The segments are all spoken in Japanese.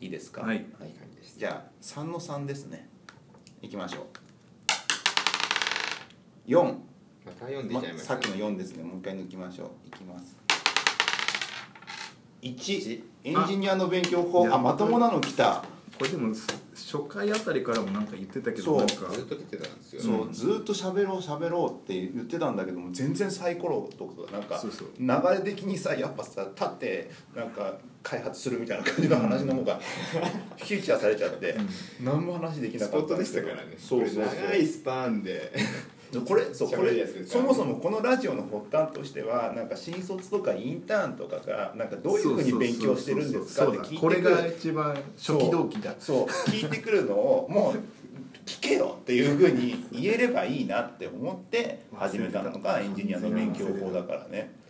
いいですかはいはい、じゃあ3の3ですねいきましょう4また読んでいっちゃいまましたさっきの4ですねもう一回抜きましょういきます1エンジニアの勉強法いやあまともなの来たこれでもす初回あたりからもなんか言ってたけそうどなんかずっと出てたんですよそう、うんずーっと喋ろう喋ろうって言ってたんだけども全然サイコロとかなんかそうそう流れ的にさやっぱさ立ってなんか開発するみたいな感じの話の方がフューチャーされちゃって、何も話できなスかポっッたトんででしすたけかどらねそうそうそう長いスパンでこれそうこ喋るれやつですそからもそもこのラジオの発端としてはなんか新卒とかインターンとかがなんかどういうふうに勉強してるんですかそっうてだ聞いてこくれるが一番初期動機だそう聞いてくるのをもう聞けよっていうふうに言えればいいなって思って始めたのがエンジニアの勉強法だからね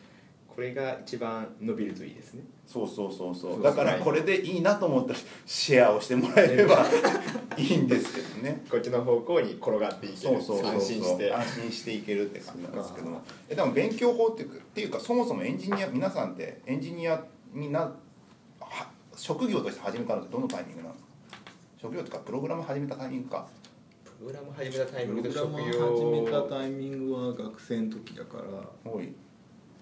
これが一番伸びるといいですねそうそうそうそそううだからこれでいいなと思ったらシェアをしてもらえれ ばいいんですけどねこっちの方向に転がっていけそるうそうそうそう安心して安心していけるって感じなんですけどもえでも勉強法っていうかっていうかそもそもエンジニア皆さんってエンジニアになは職業として始めたのってどのタイミングなんですか職業とかプログラム始めたタイミングかプログラム始めたタイミンプグロとグラム職を始めた業タイミングは学生の時だから多い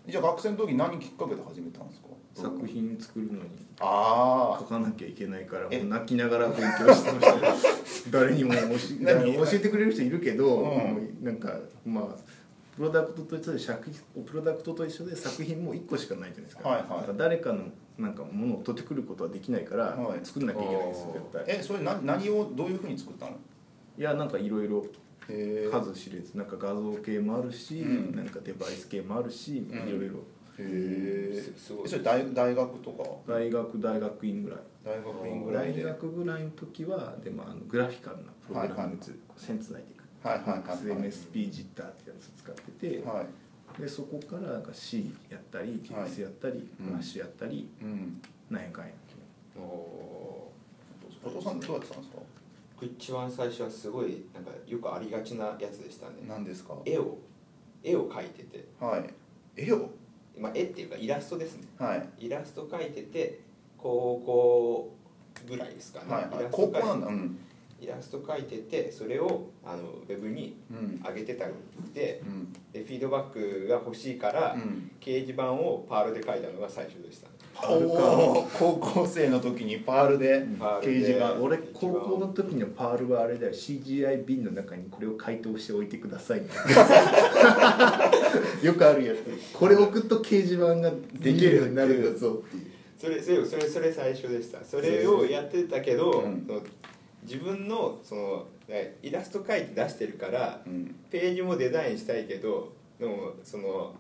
じゃあ学生の時何きっかけで始めたんですか作品作るのにあ書あかなきゃいけないからもえう泣きながら勉強してましたよ誰にも 教え何教えてくれる人いるけど、うんもうなんかまあプロダクトと一緒で作品プロダクトと一緒で作品も1個しかないじゃないですか,、はいはいなんか誰かのなんかものを取ってくることはできないから、はい作んなきゃいけないんですよ絶対えそれ何何をどういうふうに作ったのいやなんかいろいろへー数知れずなんか画像系もあるし、うんなんかデバイス系もあるしいんろいろへえすすごいそれ大大学とか大学大学院ぐらい大学院ぐらい大ではい学ぐらいの時はでもあのグラフィカルなプログラミングツールこう線つないでいくはいはいはい XMSP ジッターってやつ使ってて、はいでそこからなんか C やったり JS やったり、うんフラッシュやったりうん何やかんやおお父さんどうやってたんですかー一番最初はすごいなんかよくありがちなやつでしたね何ですか絵を絵を描いてて、はい絵をまあ、絵っていうかイラストですねはいイラスト描いてて高校ぐらいですかね、はいはイいラス高ト描い校なんだうんイラスト描いててそれをあのウェブにうん上げてたんでうんでフィードバックが欲しいから、うん掲示板をパールで描いたのが最初でした、ねールかおー高校生の時にパールでんパールで掲示板俺高校の時のパールはあれだよ CGI 瓶の中にこれを解凍しておいてください よくあるやつこれ置くと掲示板ができるようになるんだぞっていうそれそれそれそれ最初でしたそれをやってたけど、うんその自分のそのねイラスト描いて出してるからうんページもデザインしたいけどでもその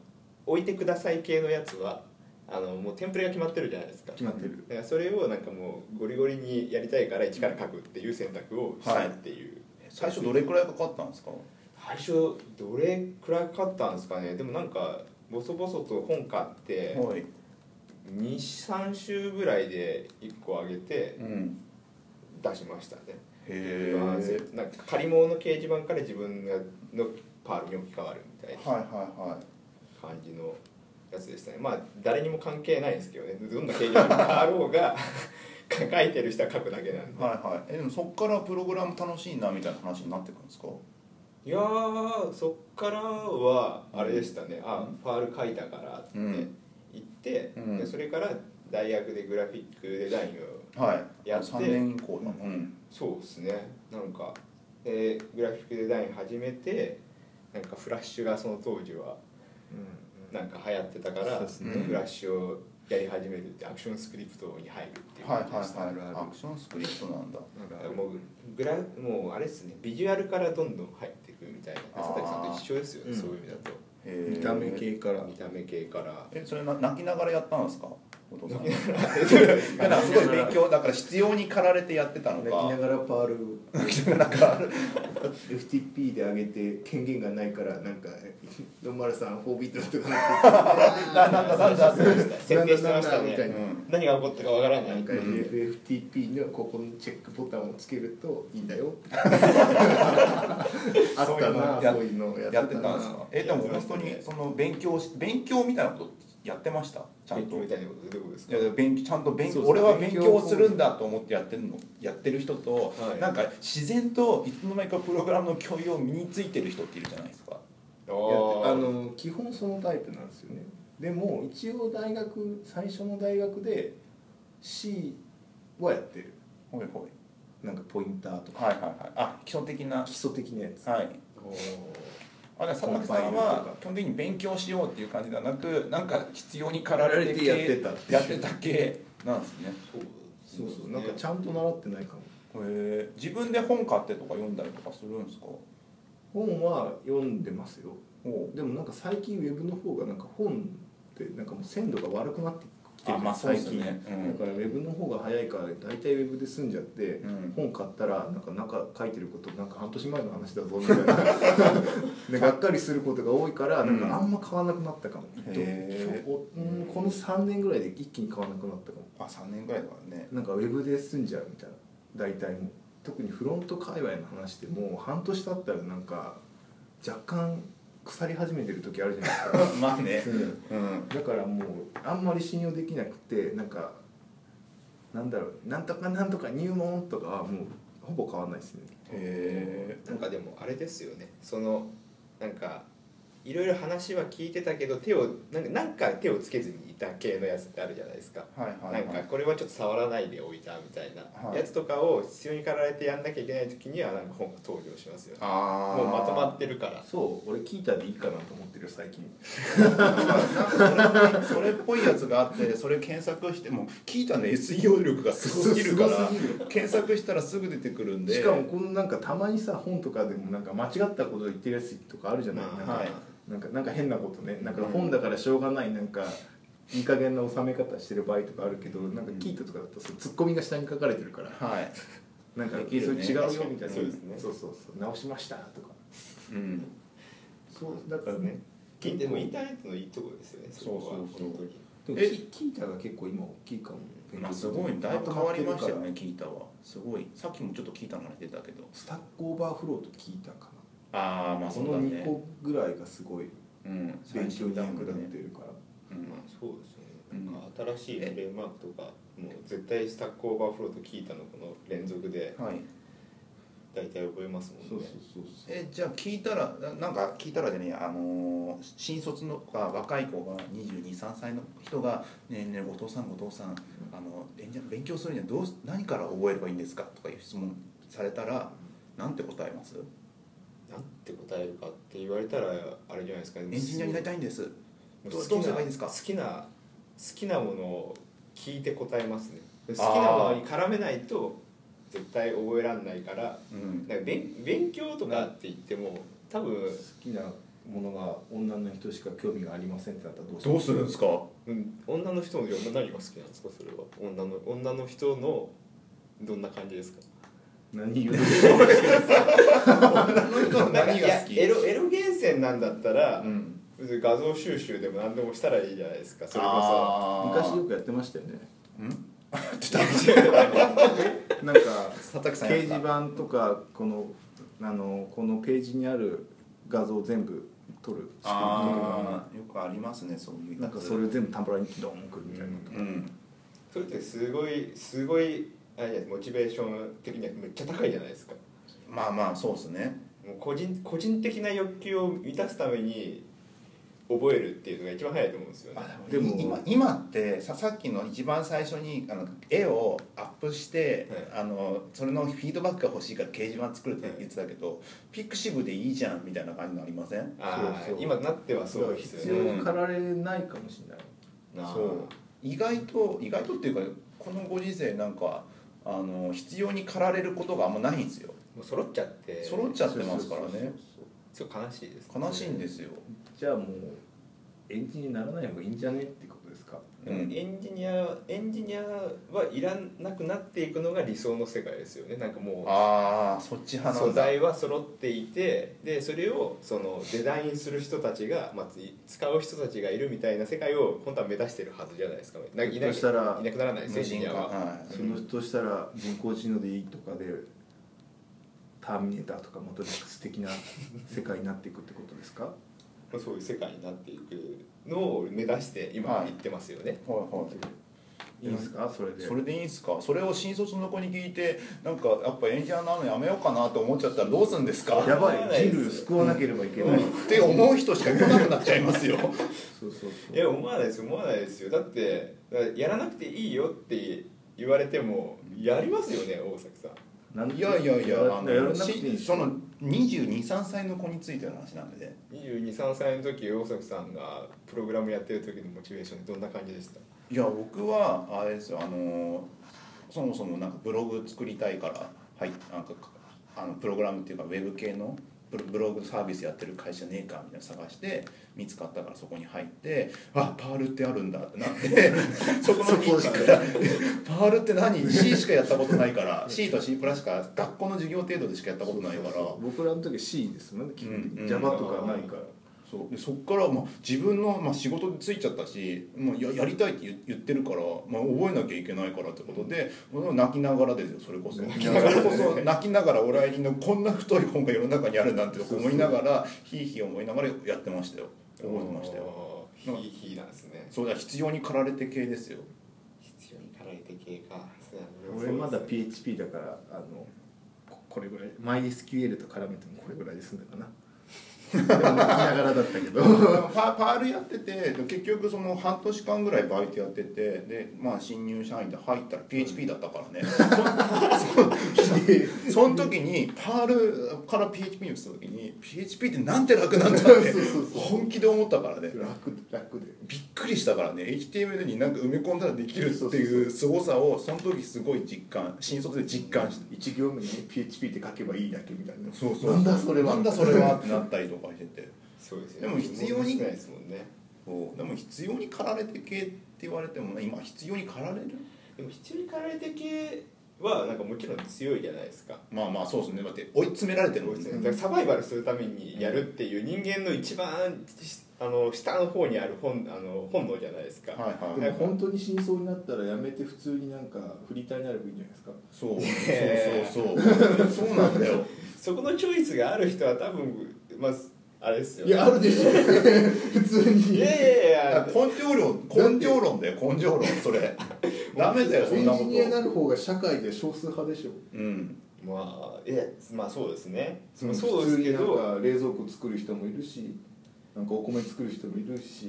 置いてください系のやつはあのもうテンプレが決まってるじゃないですか決まってるだからそれをなんかもうゴリゴリにやりたいから一から書くっていう選択をしたっていう、最初どれくらいかかったんですか最初どれくらいかかったんですかねでもなんかボソボソと本買ってはい23週ぐらいで1個あげてうん出しましたねへまあえなんか借り物の掲示板から自分がのパールに置き換わるみたいなはいはいはい感じのやつでしたねまあ誰にも関係ないんですけどねどんな掲示板があろうが 書いてる人は書くだけなんではいはいえでもそっからプログラム楽しいなみたいな話になってくるんですかいやーそっからはあれでしたね、あパール書いたからってうん言って、うんでそれから大学でグラフィックデザインをはいやって3年以降だもん、そうですねなんかでグラフィックデザイン始めてなんかフラッシュがその当時はなんか流行ってたかそら、うですねフラッシュをやり始めるってアクションスクリプトに入るっていうはいは感いじでした、はいアクションスクリプトなんだなんかもうグラもうあれですねビジュアルからどんどん入っていくみたいなあー佐竹さんと一緒ですよね、うんそういう意味だとへー見た目系から見た目系からえそれな泣きながらやったんですかお父さんきだながかららすごい勉強だから必要に駆られてやってたの泣きかながらパールをなんか FTP で上げて権限がないからなんか「野丸さんフォービートだ」とかななんだなんだ設定してましたみたいねなうん何が起こったかわからないなんか FTP のここのチェックボタンをつけるといいん だよあったなそういうのをやってたんですなかえでも本当にその勉強し勉強みたいなことやってましたちゃん勉と強みいたいなことどういうことですかや勉ちゃんと勉そうそう俺は勉強をするんだと思ってやってるのやってる人と、はいなんか自然といつの間にかプログラムの教養を身についてる人っているじゃないですかあやってあーの基本そのタイプなんですよねでも一応大学最初の大学で C はやってるほいほいなんかポインターとかはいはいはいあ基本的な基礎的なやつはいおーあだから佐々木さんは基本的に勉強しようっていう感じではなくなんか必要に駆られて系やってたっていうやってた系なんですねそうそうなんかちんゃんと習ってないかもへえ自分で本買ってとか読んだりとかするんですか本は読んでますよおうでもなんか最近ウェブの方がなんか本ってなんかもう鮮度が悪くなってきてるあまあそう最です近、ねうんだからウェブの方が早いから大体ウェブで済んじゃって、うん本買ったらなんか中書いてることなんか半年前の話だぞみたいな でがっかりすることが多いからなんかあんま買わなくなったかも、へーどうんこの3年ぐらいで一気に買わなくなったかもあ3年ぐらいだからねなんかウェブで済んじゃうみたいな大体もう特にフロント界隈の話でもう半年経ったらなんか若干腐り始めてる時あるじゃないです かまあねうんうんだからもうあんまり信用できなくてなんかなんだろうなんとかなんとか入門とかはもうほぼ変わんないですねへなんかでもあれですよねそのなんかいろいろ話は聞いてたけど手をなんかなんか手をつけずにいた系のやつってあるじゃないですか、えはいはいはなんいかこれはちょっと触らないでおいたみたいはないやつとかを必要に駆られてやんなきゃいけない時にはなんか本が登場しますよねあもうまとまっててるからそう俺聞いたでいいかなと思ってるよ最近なんかそれそれっぽいやつがあ ってそれ検索しても聞いたの SEO 力がすごすぎるか すらごすぎる検索したらすぐ出てくるんでしかもこのなんかたまにさ本とかでもなんか間違ったこと言ってるやつとかあるじゃない、まあなんかはいなんかなんか変なことねなんか本だからしょうがないなんかいい加減な収め方してる場合とかあるけどなんか聞いたとかだとそのツッコミが下に書かれてるからはいなんかでそきれるね違うよみたいなそうですねそうそうそう直しましたとかうんそうだからねねでもインターネットのいいところですよねこはそうそうそう本当にでもえき聞いたが結構今大きいかもまあすごいだいぶ変わりましたよね聞いたはすごいさっきもちょっと聞いたの話出たけどスタックオーバーフローと聞いたかああまなあこそうだの2ね個ぐらいがすごいうん勉強にだ役立ってるからうんまあそうですねなんか新しいフレームワークとかもう絶対スタックオーバーフローと聞いたのこの連続ではい大体覚えますもそんうねそうそうそうえじゃあ聞いたらななんか聞いたらでねあのー新卒のあ若い子が223歳の人が「ねえねえ後藤さん後藤さんあのえじゃあ勉強するにはどうし何から覚えればいいんですか?」とかいう質問されたらなんて答えますなんて答えるかって言われたらあれじゃないですかエエンジニアになりたいんですどう好どうきすれなばいいですか好きな好きなものを聞いて答えますね好きなもあーのに絡めないと絶対覚えらんないからうんなんか勉勉強とかって言っても多分、好きなものが女の人しか興味がありませんってなったらどうしどうするんですかうん、女の人の女何が好きなんですかそれは女の女の人のどんな感じですか何言うの女の人のなんか何いがや好きエロエロ厳選なんだったら、うん別に画像収集でも何でもしたらいいじゃないですかそれこあー昔よくやってましたよねうんなんか佐々木さんやっ掲た示板とかこのあのこのページにある画像全部撮るああよくありますねそういうやつなんかそれを全部タンブラーにドーンくるみたいな、うんそそれってすごいすごいあれじゃないモチベーション的にはめっちゃ高いじゃないですかまあまあそうですねもう個人個人的な欲求を満たすために覚えるっていうのが一番早いと思うんですよねででもも今今ってささっきの一番最初にあの絵をアップして、あのそれのフィードバックが欲しいから掲示板作るって言ってたけど、ピクシブでいいじゃんみたいな感じのありませんああそうそう今なってはそそうれはです必よね要に駆られないかもしれない、なあそう意外と意外とっていうかこのご時世なんかあの必要に駆られることがあんまないんですよもう揃っちゃって揃っちゃってますからそうそうねそうすごい悲しいです、ね、悲しいんですよ、そうじゃあもうエンジニアにならない方がいいんじゃねってことですかうんエンジニアエンジニアはいらなくなっていくのが理想の世界ですよねなんかもうああそっち派な素んだ材は揃っていてでそれをそのデザインする人たちが、まあ、つ使う人たちがいるみたいな世界を本当は目指してるはずじゃないですかないなそしたらいなくならないです無よエンジ人ニ化アははそのとしたら人工知能でいいとかで「ターミネーター」とかマトリックス的な世界になっていくってことですかそういう世界になっていくのを目指して今はい行ってますよね、はいいいんですかそれでそれでいいんすかそれを新卒の子に聞いてなんかやっぱエンジニアなのやめようかなと思っちゃったらどうするんですかやばわかんないいです人類を救わなければいけない、って思う人しか来なくなっちゃいますよそうそういそうや思わないですよ思わないですよだってだからやらなくていいよって言われてもやりますよね大崎さん なんでいやいやいやあやらのなくていしいんですそよの223歳の子についての話なんでね223歳の時大崎さんがプログラムやってる時のモチベーションどんな感じでしたいや僕はあれですよあのそもそもなんかブログ作りたいからはいなんかあのプログラムっていうかウェブ系のブロブログサービスやってる会社ねえかみたいなの探して見つかったからそこに入ってあパールってあるんだってなって そこのそこししかか パールって何 C しかやったことないから C と C プラしか学校の授業程度でしかやったことないからそうそうそう僕らの時 C ですもんね基本的うんに Java とかないからそうでそっから、まあ、自分の、まあ、仕事に就いちゃったし、もうややりたいって言言ってるから、まあ、覚えなきゃいけないからってことで、俺は泣きながらですよそれこそ泣きながらそれこそ泣きながらお来人のこんな太い本が世の中にあるなんて思いながらひいひい思いながらやってましたよ覚えてましたよよヒーヒーなんですねそうだ必要に駆られて系ですよ必要に駆られて系かそうだね俺まだそうですね PHP だからあのここれぐらい MySQL と絡めてもこれぐらいで済んだかなでも泣きながらだったけど パパールやってて結局その半年間ぐらいバイトやっててで、まあ、新入社員で入ったら PHP だったからね、 そそその時にパールから PHP に移った時に PHP ってなんて楽なんだってそうそうそう本気で思ったからね楽楽でびっくりしたからね HTML になんか埋め込んだらできるっていう凄さをその時すごい実感新卒で実感した。一行目に PHP って書けばいいだけみたいなそうそうなんだそれはなんだそれはってなったりとかしててそうですよでも必要にないですもんねそうでも必要に駆られて系って言われても今必要に駆られるでも必要に駆られて系はなんかもちろん強いじゃないですかまあまあそうですねだって追い詰められてるもんねだからサバイバルするためにやるっていう人間の一番あの下の方にある本あの本能じゃないですか、はいはいでも本当に真相になったらやめて普通になんかフリーターになればいいんじゃないですかそうえそうそうそうそうなんだよそこのチョイスがある人は多分まああれですよいやあるでしょ 普通いにやいやいやだから根性論根性論だよ根性論そ れダメだよそエんンなジこニアになとる方が社会で少数派でしょうんまあえまあそうですねそうですけ普通になどんか冷蔵庫作る人もいるしなんかお米作る人もいるし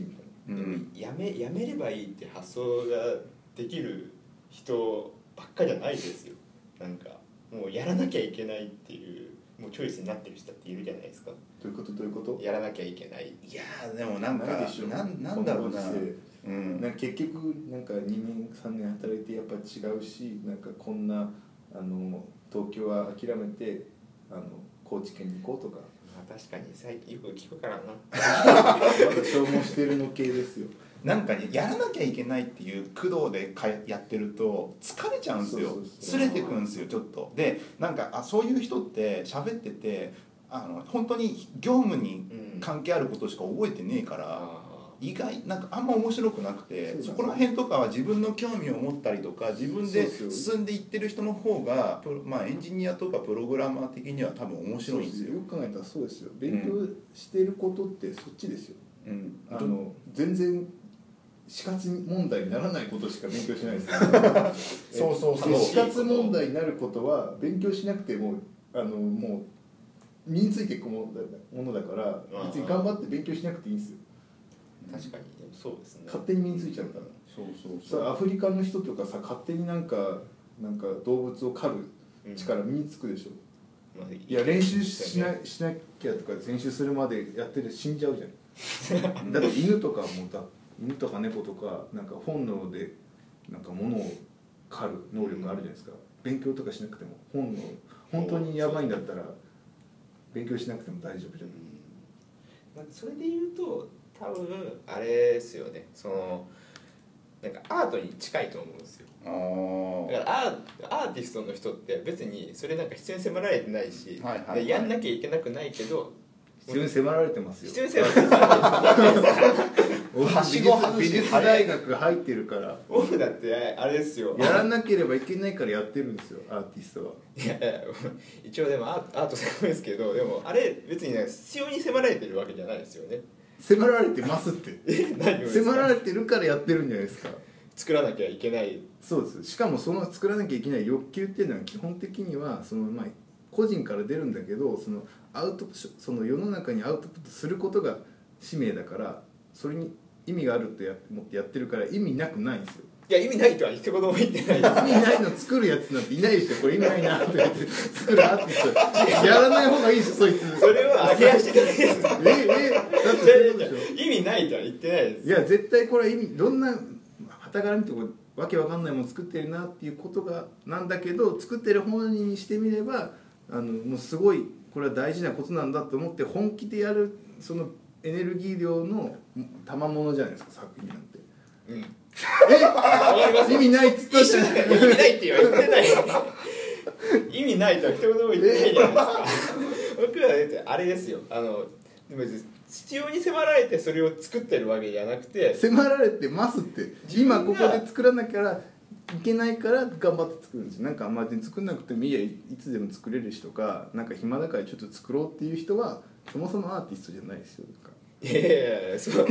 みたいなうんやめやめればいいって発想ができる人ばっかじゃないですよなんかもうやらなきゃいけないっていうもうチョイスになってる人だっているじゃないですかどういうことどういうことやらなきゃいけないいやーでもなんかないでしょなんなんだろうなこのご時世うんなんか結局なんか2年3年働いてやっぱ違うしなんかこんなあの東京は諦めてあの高知県に行こうとかまあ確かに最近よく聞くからな消耗してるの系ですよなんかねやらなきゃいけないっていう苦労でかやってると疲れちゃうんですよそうそうそうすれてくんですよちょっとでなんかあそういう人って喋っててあの本当に業務にうん関係あることしか覚えてねえから、あ意外なんかあんま面白くなくそうてなんそこら辺とかは自分の興味を持ったりとか自分でそうそう進んでいってる人の方がプロまあ、エンジニアとかプログラマー的には多分 面白いんですよよ。く考えたらそうですよ勉強してることってそっちですよ、うん、あの全然死活問題にならないことしか勉強 しないですから、そうそうそうで死活問題になることは勉強しなくてもあのもう身についていくものだものだからうん別に頑張って勉強しなくていいんですよー確かにでもそうですね勝手に身についちゃうからそうそうそさうアフリカの人とかさ勝手になんかなんか動物を狩うんる力身につくでしょ、まあいや練習しなしなきゃとか練習するまでやってる死んじゃうじゃん だって犬とかもだ犬とか猫とかなんか本能でなんか物を狩る能力があるじゃないですか、勉強とかしなくても本能本当にやばいんだったら勉強しなくても大丈夫じゃんうんなんかそれで言うと多分あれですよねそのなんかアートに近いと思うんですよあーだからアーアーティストの人って別にそれなんか必要に迫られてないし、はいはいはいでやんなきゃいけなくないけど必要に迫られてますよ必要に迫られてない 俺はしご外美し術美術大学入ってるから僕だってあれですよやらなければいけないからやってるんですよアーティストは。いやい や一応でもアートアートするんですけどでもあれ別にね必要に迫られてるわけじゃないですよね 迫られてますってえ何をです迫らかれてるからやってるんじゃないですか作らなきゃいけないそうですしかもその作らなきゃいけない欲求っていうのは基本的にはそのまあ個人から出るんだけどそのアウトプッシュその世の中にアウトプットすることが使命だからそれに意味があるとや思ってやってるから意味なくないんですよいや意味ないとは一言も言ってない意です味ないの作るやつなんていないでしょこれ意味ないなとか言って作るアーティストやらない方がいいでしょそいつそれは上げ足じゃないですええだってそういうことでしょ意味ないとは言ってないですいや絶対これは意味どんなはたから見てこうわけわかんないもの作ってるなっていうことがなんだけど作ってる本人にしてみればあのもうすごいこれは大事なことなんだと思って本気でやるそのエネルギー量の賜物じゃないですか作品なんて。うんわかりますえ意味ないっつった一じ緒ゃだんから意味ないっては言ってない意味ないとは一言も言ってないじゃないですか僕らはだってあれですよあのでも別に必要に迫られてそれを作ってるわけじゃなくて迫られてますって今ここで作らなきゃいけないから頑張って作るんですよなんかあんまり作んなくてもいいやいいつでも作れるしとかなんか暇だからちょっと作ろうっていう人はそもそもアーティストじゃないですよなんかいやいやいやそう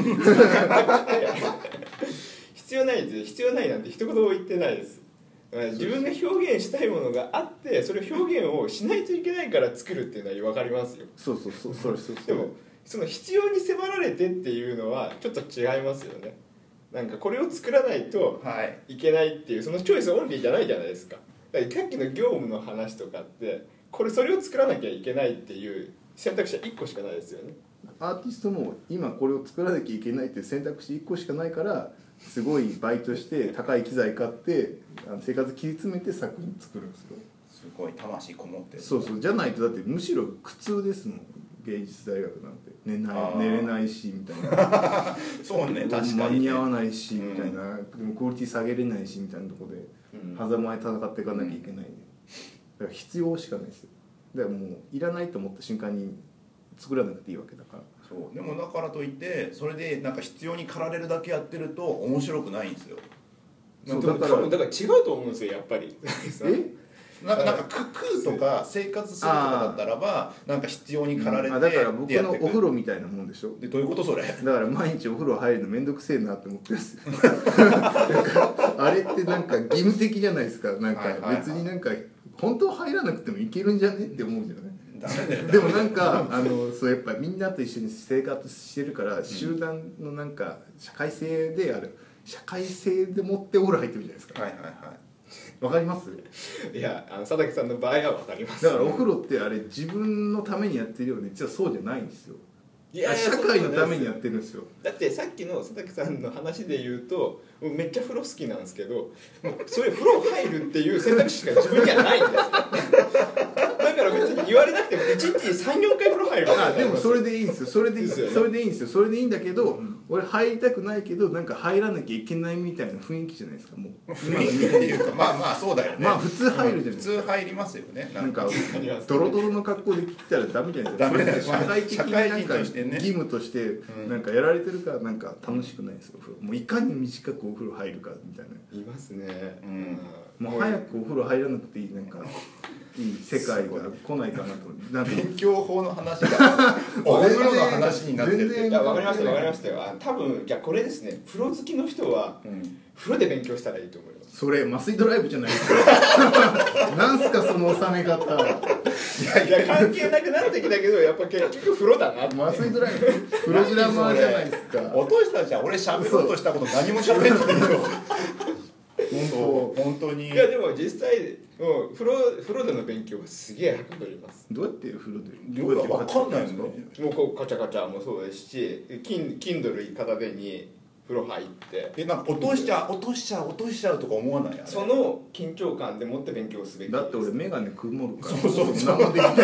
必要ないです必要ないなんて一言も言ってないです自分が表現したいものがあってそれを表現をしないといけないから作るっていうのは分かりますよそうそうそうそれそうそでうもその必要に迫られてっていうのはちょっと違いますよねなんかこれを作らないとはいいけないっていうそのチョイスオンリーじゃないじゃないですかだからさっきの業務の話とかってこれそれを作らなきゃいけないっていう選択肢は1個しかないですよねアーティストも今これを作らなきゃいけないっていう選択肢1個しかないからすごいバイトして高い機材買ってあの生活切り詰めて作品作るんですよすごい魂こもってるそうそうじゃないとだってむしろ苦痛ですもん芸術大学なんて寝なあいー寝れないしみたいなそうね確間かににね合わないしみたいな、でもクオリティ下げれないしみたいなとこで、うん狭間で戦っていかなきゃいけない、だから必要しかないですよだからもういらないと思った瞬間に作らなくていいわけだからそうでもだからといってそれでなんか必要に駆られるだけやってると面白くないんですよそうでもだ多から分だから違うと思うんですよやっぱりえなんかなんかククとか生活するとかだったらばなんか必要に駆られてあだから僕でやのってくお風呂みたいなもんでしょでどういうことそれ だから毎日お風呂入るの面倒くせえなって思ってますなんかあれってなんか義務的じゃないですかなんはいはいはかい別になんか本当は入らなくてもいけるんじゃねって思うじゃないダメだよでもなんかあのそうやっぱみんなと一緒に生活してるから集団のなんか社会性である社会性でもってお風呂入ってるじゃないですかはいはいはわかります いやあの佐竹さんの場合は分かりますだからお風呂ってあれ自分のためにやってるようで実はそうじゃないんですよいやいや社会のためにやそうなんですよってるんですよだってさっきの佐竹さんの話で言うともうめっちゃ風呂好きなんですけどもうそういう風呂入るっていう選択肢が自分にはないんですよだから別に言われなくても1日に34回風呂入るあでもそれででいいんですよそれでいいですよねそれでいいんですよそれでいいんだけど、俺入りたくないけどなんか入らなきゃいけないみたいな雰囲気じゃないですかもうい雰囲気っていうかまあまあそうだよねまあ普通入るじゃない普ですか通入りますよねなんかりますドロドロの格好で来たらダメじゃないですかダメだよそれって社会的になん社会人とかしてね義務としてなんかやられてるからなんか楽しくないですよお風呂もういかに短くお風呂入るかみたいないますねんもう早くお風呂入らなくていいなんかいい世界が来ないかなとなんか勉強法の話 がお風呂の話になってるって全いや分かりました分かりましたよあ多分じゃこれですね風呂好きの人はうん風呂で勉強したらいいと思いますそれ麻酔ドライブじゃないですか なんすかその収め方いやいや関係なくなってきたけどやっぱ結局風呂だなって麻酔ドライブプロジラマーじゃないですか本落としたじゃん俺喋ろうとしたこと何も喋ってないよ当本当にいやでも実際もう風呂風呂での勉強はすげえはかどりますどうやって風呂で量が分かんないもんねもうこうカチャカチャもそうですし Kin- Kindle 片手に風呂入ってえなんか落としちゃう落としちゃう落としちゃうとか思わないあれその緊張感でもって勉強すべきだって俺眼鏡曇るからそうそうそう何もできない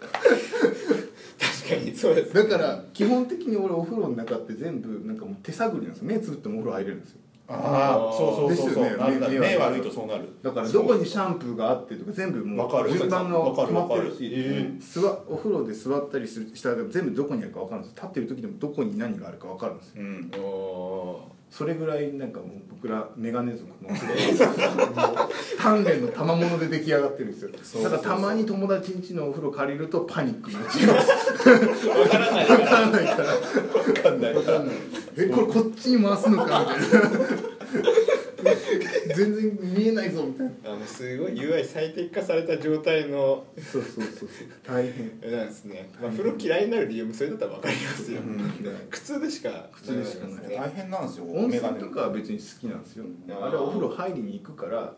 確かにそうですだから基本的に俺お風呂の中って全部なんかもう手探りなんですよ目つぶってもお風呂入れるんですよああそうそうそうそう、ですよねなるなる目目悪いとそうなるだからどこにシャンプーがあってとか全部もわかうる順番のわか決るまってわるかるしえ座お風呂で座ったりするしたら全部どこにあるか分かるんですよ立ってる時でもどこに何があるか分かるんですようんおそれぐらいなんかもう僕らメガネ族の世代はもう鍛錬の賜物で出来上がってるんです よそうだからたまに友達ん家のお風呂借りるとパニックになっちゃいます わからない分からないから分かんないからえこれこっちに回すのか みたいな全然見えないぞみたいなあのすごい UI 最適化された状態のそうそうそうそう大変なんですね、まあ、風呂嫌いになる理由もそれだったらわかりますよ、うん苦痛でしか苦痛でしかない大変なんですよ温メガ泉ネとかは別に好きなんですようんあれはお風呂入りに行くから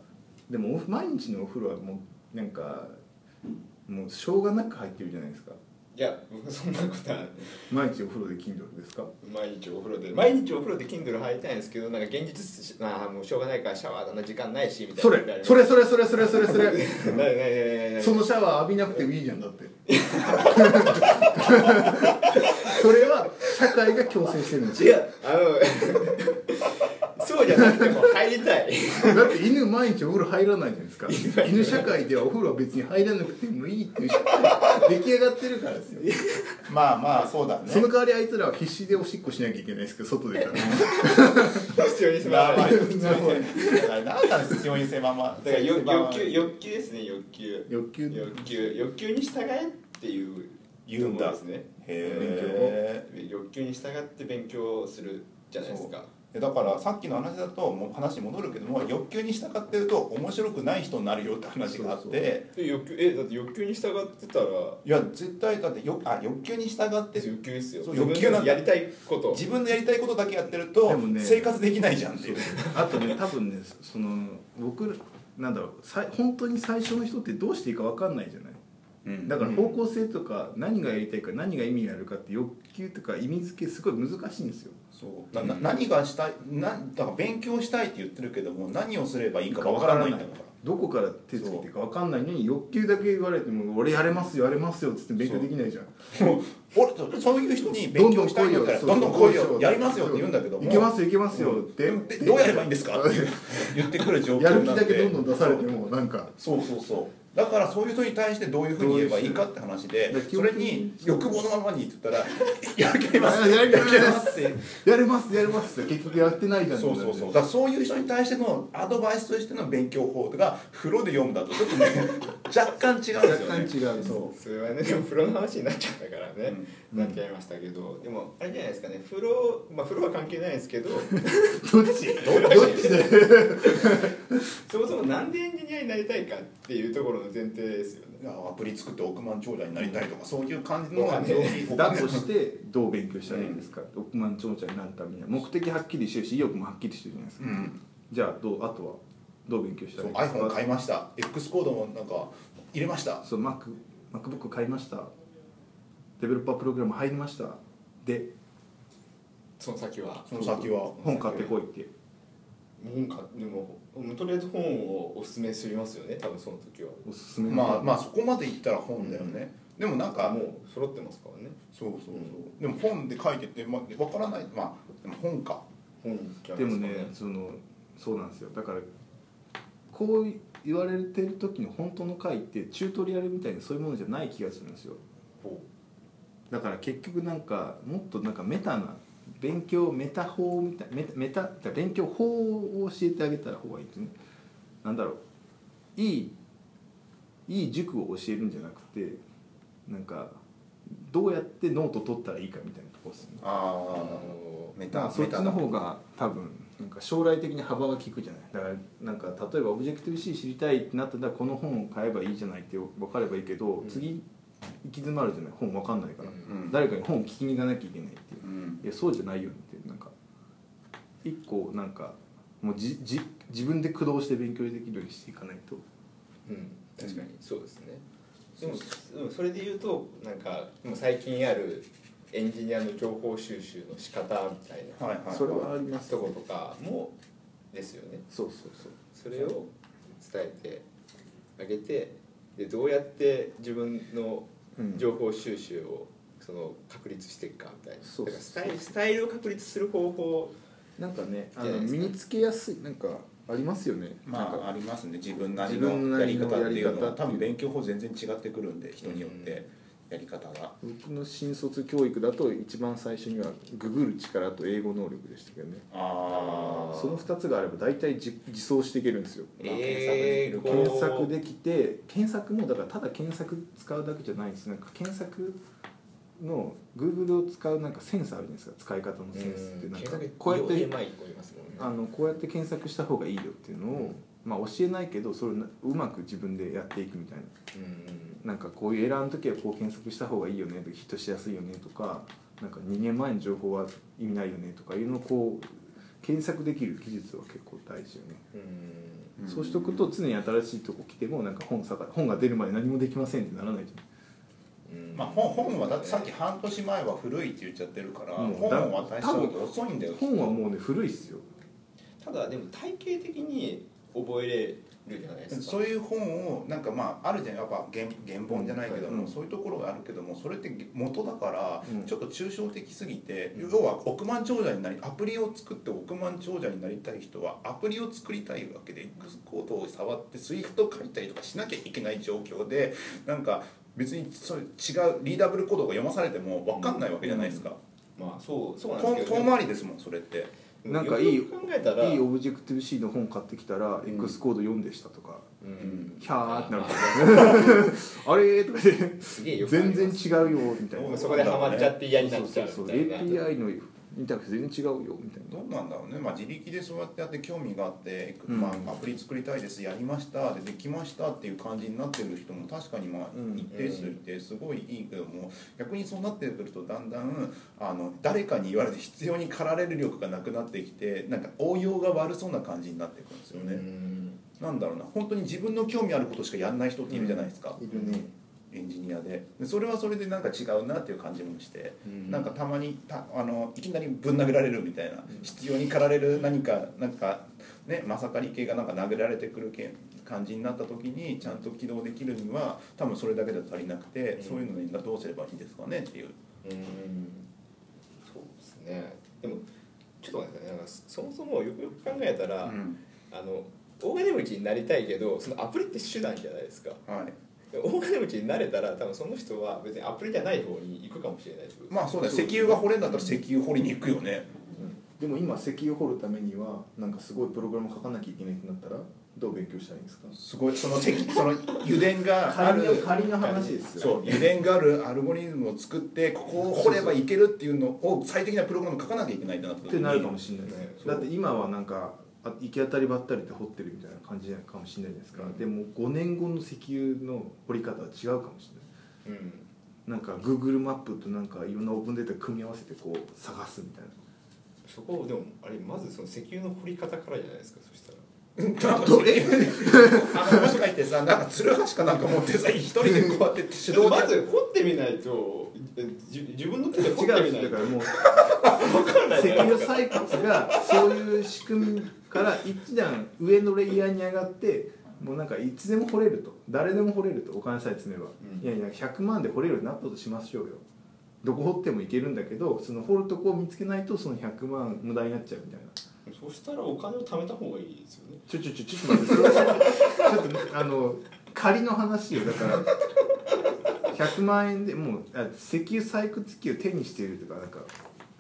でもお毎日のお風呂はもうなんかもうしょうがなく入ってるじゃないですかいやそんなことは毎日お風呂で Kindle ですか毎日お風呂で毎日お風呂で Kindle 入りたいんですけどなんか現実しああもうしょうがないからシャワーだな時間ないしみたいなそれそれそれそれそれそれそれ なななななそのシャワー浴びなくてもいいじゃんだって それは社会が強制してるんです違ようあのそうじゃなくても入りたいだって犬毎日お風呂入らないじゃないですか犬社会ではお風呂は別に入らなくてもいいっていう社会が出来上がってるからですよまあまあそうだねその代わりあいつらは必死でおしっこしなきゃいけないですけど外出たら必要に迫まあらまあ れる必要に迫られるだから何なんです必要に迫らだかられる欲欲求欲求ですね欲求欲求欲求欲求に従えっていう言うんだところですねへえ欲求に従って勉強をするじゃないですかだからさっきの話だともう話戻るけども欲求に従ってると面白くない人になるよって話があってそうそで欲求えだって欲求に従ってたらいや絶対だってよあ欲求に従って欲求ですよそう自分欲求なんのだやりたいこと自分のやりたいことだけやってるとでもね生活できないじゃんっていうあとね多分ねその僕なんだろうさい本当に最初の人ってどうしていいか分かんないじゃないだから方向性とか何がやりたいか何が意味があるかって欲求とか意味付けすごい難しいんですよそうなな何がしたいなだから勉強したいって言ってるけども何をすればいいかわからないんだからどこから手ついていいか分かんないのに欲求だけ言われても俺やれますよやれますよっつって勉強できないじゃんもう俺とそういう人に勉強したいんだったらどんどん来いよやりますよって言うんだけどもいけますよいけますよって、でどうやればいいんですかって 言ってくる状況やるに気なっだけてどんどん出されてもなんかそうそうそうだからそういう人に対してどういうふうに言えばいいかって話でどういうふうにそれに欲望のままにって言ったら 「やりますやります」すってやれますやれますって結局やってないじゃんそうそうそうだからそういう人に対してのアドバイスとしての勉強法が風呂で読むだとちょっと ね若干違うんですよね若干違うそそれはねでも風呂の話になっちゃったからね、うんなっちゃいましたけどでもあれじゃないですかね風呂まあ風呂は関係ないですけどどっちどっちでそもそもなんでエンジニアになりたいかっていうところの前提ですよねういやアプリ作って億万長者になりたいとかそういう感じのお金だとしてどう勉強したらいいですか、億万長者になるためには目的はっきりしてるし意欲もはっきりしてるじゃないですうか、んじゃあどうあとはどう勉強したそうらいい iPhone 買いいました X コードもなんか入れましたそう Mac MacBook 買いましたデベロッパープログラム入りましたでその先はその先は本買ってこいって本かでもとりあえず本をおすすめしますよね多分その時はおすすめのまあまあそこまでいったら本だよね、でもなんかもう揃ってますからねそうそうそう、うんでも本で書いてて、まあ、わからないまあでも本か本じゃなでいすもかねそのそうなんですよだからこう言われてる時の本当の回ってチュートリアルみたいなそういうものじゃない気がするんですよほだから結局なんかもっとなんかメタな勉強メタ法みたいメタメタって勉強法を教えてあげた方がいいですねなんだろういいいい塾を教えるんじゃなくてなんかどうやってノート取ったらいいかみたいなとこですよねあうああのメだかタらそっちメの方が多分なんか将来的に幅が利くじゃないだからなんか例えばオブジェクティブ C 知りたいってなったらこの本を買えばいいじゃないって分かればいいけど、ん次行き詰まるじゃない本分かんないから、うんタうん誰かに本を聞きに行かなきゃいけないっていう、うんいやそうじゃないよってなんか一個なんかもうじじ自分で駆動して勉強できるようにしていかないとうん確かにそうですねでもでもそれで言うとなんかもう最近あるエンジニアの情報収集の仕方みたいはいはいそれはありまなすとことかもですよねそうそうそうそれを伝えてあげてでどうやって自分のうん情報収集をその確立していくかみたいなそうだからスタイルスタイルを確立する方法なんかねあじゃのないです身かにつけやすいなんかありますよねなんまかあありますね自分なり自分のなやりりの方っていうのやり方は多分勉強法全然違ってくるんで人によって、やり方が僕の新卒教育だと一番最初にはググる力と英語能力でしたけどねあその2つがあれば大体じ自走していけるんですよまあ検索できる検索できて検索もだからただ検索使うだけじゃないんですなんか検索の Google を使うなんかセンスあるじゃないですか使い方のセンスってなんかこうやって前にこう言いますもんねあのこうやって検索した方がいいよっていうのを、まあ、教えないけどそれをなうまく自分でやっていくみたいなうんなんかこういうエラーの時はこう検索した方がいいよねとかヒットしやすいよねとかなんか2年前の情報は意味ないよねとかいうのをこう検索できる技術は結構大事よね、うんうんそうしとくと常に新しいとこ来てもなんか本さか本が出るまで何もできませんってならないじうんまあ、本本はだってさっき半年前は古いって言っちゃってるから、うん本を渡しちゃうと遅いんだゃよん本はもうね古いっすよただでも体系的に覚えれるじゃないですかそういう本をなんかまああるじゃんやっぱ原原本じゃないけども、うんそういうところがあるけどもそれって元だからうんちょっと抽象的すぎて、うん要は億万長者になりアプリを作って億万長者になりたい人はアプリを作りたいわけで X コードを触って SWIFT を書いたりとかしなきゃいけない状況でなんか別にそれ違うリーダブルコードが読まされても分かんないわけじゃないですか、まあそうそうなん遠ですけど遠回りですもんそれって。でもなんかいいよくよく考えたらいいオブジェクティブ C の本買ってきたら、ん X コード読んでしたとかうんキャーってなるああれーとかで すげえよくありま全す然違うよみたいな そこでハマっちゃって嫌になっちゃうそうみそたうそういな API のインターフェース全然違うよみたいなどうなんだろうね、まあ、自力でそうやってやって興味があって、うんまあ、アプリ作りたいですやりましたでできましたっていう感じになってる人も確かにまあうん一定数いてすごいいいけども逆にそうなってくるとだんだんあの誰かに言われて必要に駆られる力がなくなってきてなんか応用が悪そうな感じになってくるんですようね、んなんだろうな本当に自分の興味あることしかやんない人っているじゃないですか、いるねエンジニアででそれはそれでなんか違うなっていう感じもして、うんなんかたまにたあのいきなりぶん殴られるみたいな、必要に駆られる何かなんかねまさかり系がなんか殴られてくる系感じになった時にちゃんと起動できるには多分それだけでは足りなくて、うんそういうのにどうすればいいんですかねっていう。うんそうですねでもちょっと待ってくださいなんかそそもそもよくよく考えたら、あの大金持ちになりたいけどそのアプリって手段じゃないですかはい、で大金持ちになれたら多分その人は別にアプリじゃない方に行くかもしれないってことまあそうだよ石油が掘れんだったら石油掘りに行くよね。でも今石油を掘るためにはなんかすごいプログラム書かなきゃいけないってなったらどう勉強したらいいんですかすごいその石その油田がある仮の話ですそう油田があるアルゴリズムを作ってここを掘ればいけるっていうのを最適なプログラムを書かなきゃいけないんだなってなるかもしれないです、ねだって今はなんかあ行き当たりばったりで掘ってるみたいな感じかもしれないじゃないですか、うんでも5年後の石油の掘り方は違うかもしれないうんなんか Google マップとなんかいろんなオープンデータ組み合わせてこう探すみたいなそこをでもあれまずその石油の掘り方からじゃないですかそしたらなんかえあのもしかしてさなんかつるはしかなんか持ってさ一人でこうやって手動でまず掘ってみないとじ自分の手で掘って違みうなだいとからもう分かんない石じゃないで油すか採掘がそういう仕組みから一段上のレイヤーに上がってもうなんかいつでも掘れると誰でも掘れるとお金さえ積めば、うんいやいや100万で掘れるようになったとしましょうよどこ掘ってもいけるんだけどその掘るとこを見つけないとその100万無駄になっちゃうみたいなそしたらお金を貯めた方がいいですよねちょちょちょちょっと待ってそれはちょっとあの仮の話よだから100万円でもうあ石油採掘機を手にしているとかなんか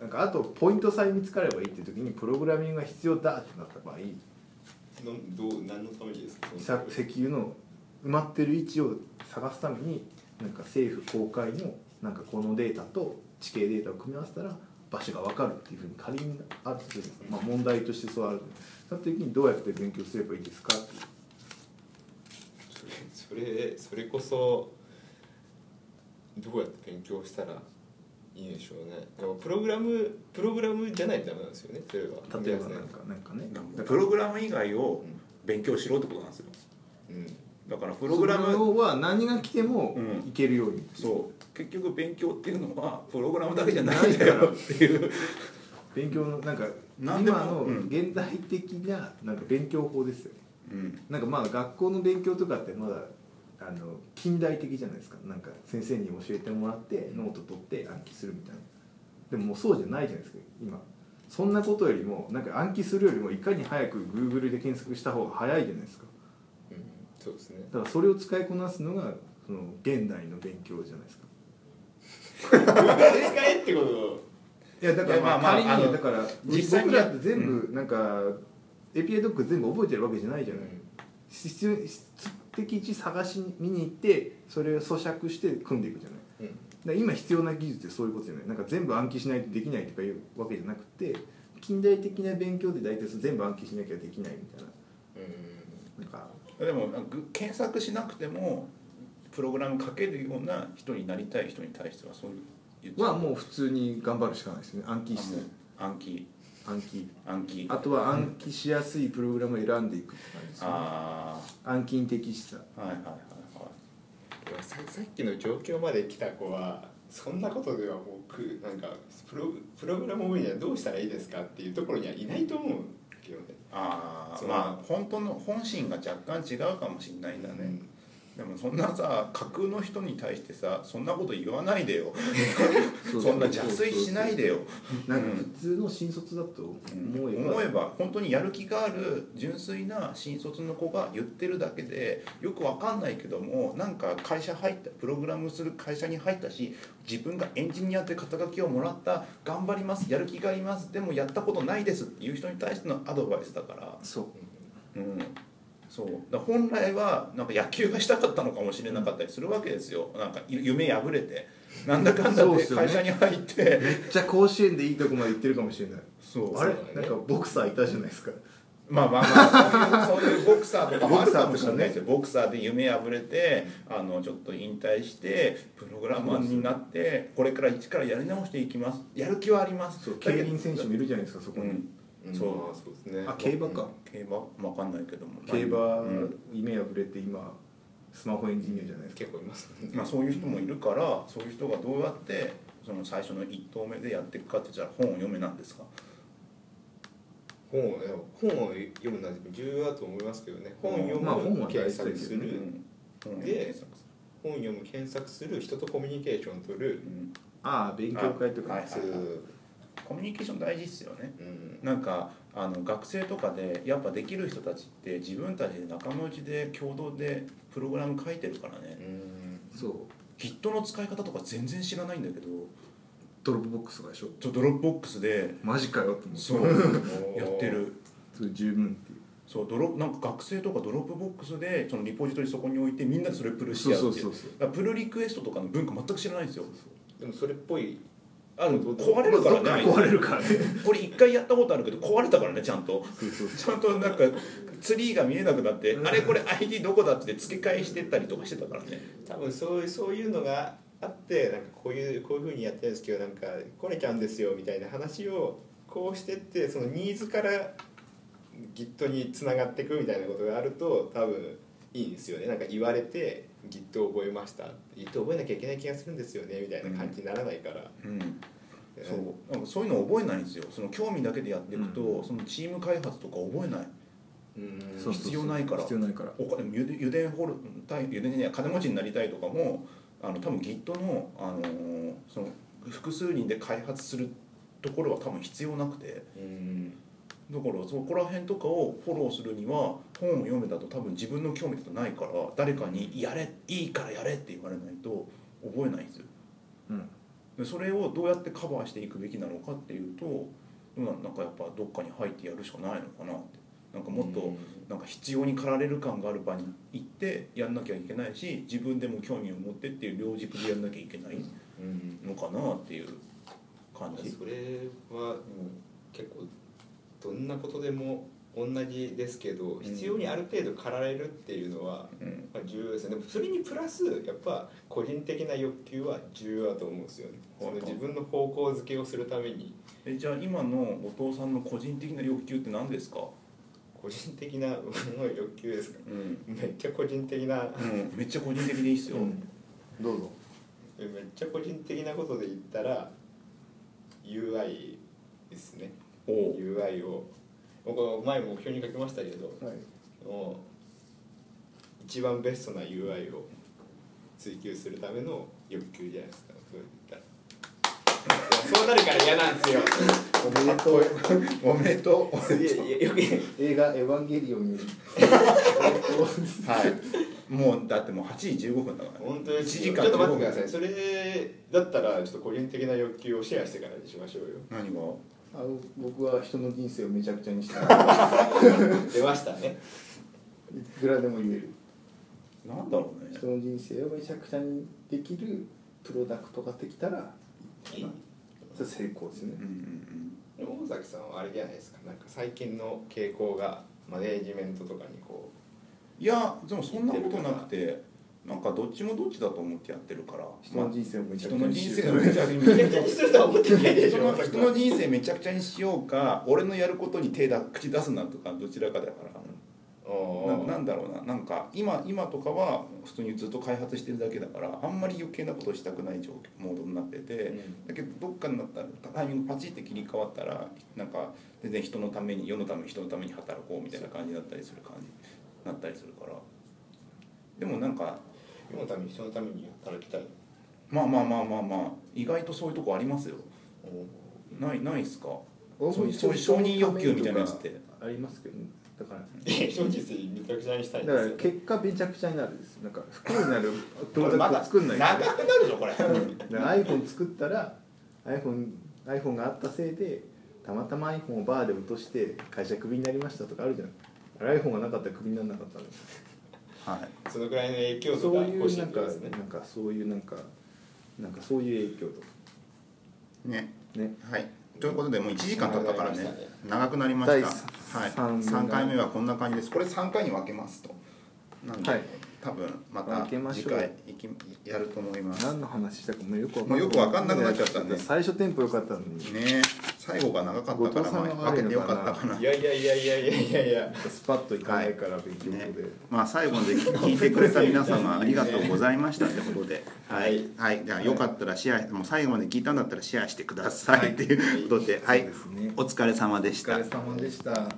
なんかあとポイントさえ見つかればいいっていう時にプログラミングが必要だってなった場合のどう何のためにですかさ石油の埋まってる位置を探すためになんか政府公開のなんかこのデータと地形データを組み合わせたら場所が分かるっていうふうに仮にあるとするんですよまあ、問題としてそうあるその時にどうやって勉強すればいいですかっていうそれそれそれこそどうやって勉強したらいいんでしょうねでもプログラムプログラムじゃないとダメなんですよねそれは例えばなんかなんかねだかプらログラム以外を勉強しろってことなんですようんだからプログラそムのは何が来てもうんいけるように、そう結局勉強っていうのはプログラムだけじゃないんだよっていう勉強のなんか今何でものうん現代的ななんか勉強法ですよね うんなんかまあ学校の勉強とかってまだあの近代的じゃないですかなんか先生に教えてもらってノート取って暗記するみたいなでももうそうじゃないじゃないですか今そんなことよりもなんか暗記するよりもいかに早く Google で検索した方が早いじゃないですかうんそうですねだからそれを使いこなすのがその現代の勉強じゃないですか無駄で使えってこといやだからいやまあまあ仮にあのだから実際に僕らって全部なんか、API ドック全部覚えてるわけじゃないじゃない、必要質的一探しに見に行ってそれを咀嚼して組んでいくじゃないうだんから今必要な技術ってそういうことじゃないなんか全部暗記しないとできないとかいうわけじゃなくて近代的な勉強で大体全部暗記しなきゃできないみたいなうんなんかでもなんかぐ検索しなくてもプログラム書けるような人になりたい人に対してはそういうはもう普通に頑張るしかないですね暗記しないあもう暗記暗記暗記あとは暗記しやすいプログラムを選んでいくって感じですねあ暗記的しさあはいはいはいはいささっきの状況まで来た子はそんなことではもうくなんかプロプログラムを見にはどうしたらいいですかっていうところにはいないと思うけどねああそうまあ本当の本心が若干違うかもしれないんだね、うんでもそんなさ架空の人に対してさそんなこと言わないでようそんな邪推しないでよなんか普通の新卒だと思えば,、思えば本当にやる気がある純粋な新卒の子が言ってるだけでよくわかんないけどもなんか会社入ったプログラムする会社に入ったし自分がエンジニアって肩書きをもらった頑張りますやる気がありますでもやったことないですっていう人に対してのアドバイスだから、そううん、そうだから本来はなんか野球がしたかったのかもしれなかったりするわけですよなんか夢破れてなんだかんだそうっですよね会社に入ってめっちゃ甲子園でいいとこまで行ってるかもしれないそうあれ、そうだなんねかボクサーいたじゃないですかまあまあまあそういうそういうボクサーとかもあるかもしれないですよボクサーで夢破れてあのちょっと引退してプログラマーになってこれから一からやり直していきますやる気はありますそうだけ競ど輪選手もいるじゃないですかそこうに、んうんそうまあそうですねあ競馬か、競馬わかんないけども競馬、うん夢破れて今スマホエンジニアじゃないですか結構いますもんねまあ、そういう人もいるからそういう人がどうやってその最初の1投目でやっていくかってじゃあ本を読めなんですか本をでも本を読むのは重要だと思いますけどね本を読む、まあ本は大事だけどね検索すうる、ん本をで検索す本読む検索する人とコミュニケーション取るる、うんああ勉強会とか、あはいそういうコミュニケーション大事ですよねうんなんかあの学生とかでやっぱできる人たちって自分たちで仲間内で共同でプログラム書いてるからねうんそう Git の使い方とか全然知らないんだけどドロップボックスとかでしょちょドロップボックスでマジかよって思ってそう やってるそれ十分っていうそうドロなんか学生とかドロップボックスでそのリポジトリそこに置いてみんなでそれプルしそ合ううってそいううそうそうだからプルリクエストとかの文化全く知らないんですよでもそれっぽいあの壊れるからねあいどっかつ壊れるからねこれ一回やったことあるけど壊れたからねちゃんとそうそうちゃんとなんかツリーが見えなくなってあれこれ ID どこだって付け替えしてったりとかしてたからね多分そういうそういうのがあってなんかこういうこういうふうにやってるんですけどなんかこれちゃうんですよみたいな話をこうしてってそのニーズから Git につながっていくみたいなことがあると多分いいんですよねなんか言われて Git を覚えました Git 覚えなきゃいけない気がするんですよねみたいな感じにならないから、うんえーそうなんかそういうの覚えないんですよその興味だけでやっていくと、うそのチーム開発とか覚えないうんそうそうそう必要ないから必要ないからお金ゆでゆでんホルたいゆでんじゃない金持ちになりたいとかもあの多分 Git の、あのーその複数人で開発するところは多分必要なくてうんだからそこら辺とかをフォローするには本を読めだと多分自分の興味だとないから誰かに「やれいいからやれ」って言われないと覚えないんですよ。うんでそれをどうやってカバーしていくべきなのかっていうと今なんかやっぱどっかに入ってやるしかないのかなってなんかもっうとんなんか必要に駆られる感がある場に行ってやんなきゃいけないし自分でも興味を持ってっていう両軸でやんなきゃいけないうんのかなっていう感じそれは結構どんなことでも同じですけどん必要にある程度駆られるっていうのはうんまあ重要ですねでもそれにプラスやっぱ個人的な欲求は重要だと思うんですよねそはのいはい自分の方向づけをするためにえじゃあ今のお父さんの個人的な欲求って何ですか、個人的な僕の欲求ですかうんめっちゃ個人的なうん、めっちゃ個人的でいいっすよ、うんどうぞめっちゃ個人的なことで言ったら UI ですねおう UI を僕前目標に書きましたけどはいもう一番ベストな UI を追求するための欲求じゃないですかそう言ったらそうなるから嫌なんですよおめでとうおめでとうすげえよく 映画「エヴァンゲリオン」はにいもうだってもう8時15分だからね本当に1時間ちょっと待ってくださいそれだったらちょっと個人的な欲求をシェアしてからにしましょうよ何があの僕は人の人生をめちゃくちゃにした出ましたねいくらでも言えるなんだろうね人の人生をめちゃくちゃにできるプロダクトができたらいいなそれ成功ですねうんうんでも大崎さんはあれじゃないですかなんか最近の傾向がマネージメントとかにこ うんいやでもそんなことなくてなんかどっちもどっちだと思ってやってるから人の人生をまあめちゃ人くちゃのに人して生るをめちゃくちゃにう逆にするとは思ってないでし人ょの大崎人さんの人生めちゃくちゃにしようか俺のやることに手だ口出すなとかどちらかだからおなーなんだろうななんか今今とかは普通にずっと開発してるだけだからあんまり余計なことしたくない状況モードになってて、うんだけどどっかになったらタイミングパチって切り替わったらなんか全然人のために世のために人のために働こうみたいな感じだったりする感じになったりするからでもなんか世のために人のために働きたいまあまあまあまあまあ意外とそういうとこありますよおーないないっすかそういうそういう承認欲求みたいなやつってありますけどねだからいや人の人生めちゃくちゃにしたいんだでかすらよ結果めちゃくちゃになるですなんか不幸にな るプロこれダまクトだを作んない長とくなるでしょこれだから iPhone 作ったら iPhone, iPhone があったせいでたまたま iPhone をバーで落として会社クビになりましたとかあるじゃんあれ iPhone がなかったらクビにならなかったのはいそのくらいの影響そとうかいういなっんてかこなとですんねかそういうなんかなんかそういう影響とかねねはいということでもう1時間経ったからね長くなりま第し三た、はい、三3回目はこんな感じですこれ3回に分けますとなんで、はい多分また分けまし次ょう回いきやると思いますね何の話したかもうよくわもうよくわかんなくなっちゃったね最初テンポ良かったのに最後が長かったから、ま後藤さんがあ、悪分いけのてかよなかったかないやいやいやいやいやいやいやスパッといかないから勉強法で、ね、 まあ最後まで聞いてくれた皆様ありがとうございましたってことで、はい、はい、じゃあよかったらシェア、もう最後まで聞いたんだったらシェアしてくださいっていうことで、はい、そうですねお疲れ様でしお疲たれ。様でした